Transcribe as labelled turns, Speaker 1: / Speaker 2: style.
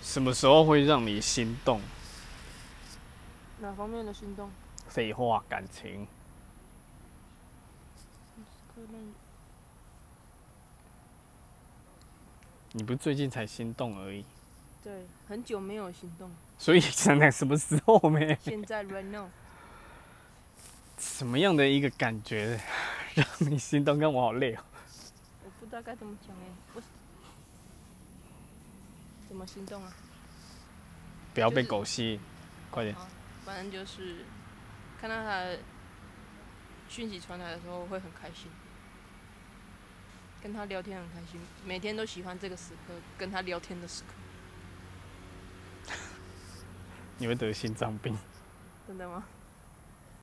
Speaker 1: 什么时候会让你心动？
Speaker 2: 哪方面的心动？
Speaker 1: 废话，感情。
Speaker 2: 可能
Speaker 1: 你不是最近才心动而已，
Speaker 2: 对，很久没有心 动，
Speaker 1: 所以想想什么时候没？
Speaker 2: 现在 right now
Speaker 1: 什么样的一个感觉让你心动？跟我好累哦。
Speaker 2: 我不知道该怎么讲哎、我怎么心动啊？
Speaker 1: 不要被
Speaker 2: 就是
Speaker 1: 狗吸引，快点。
Speaker 2: 反正就是看到他的讯息传来的时候，我会很开心，跟他聊天很开心，每天都喜欢这个时刻，跟他聊天的时刻，
Speaker 1: 你会得心脏病。
Speaker 2: 真的吗？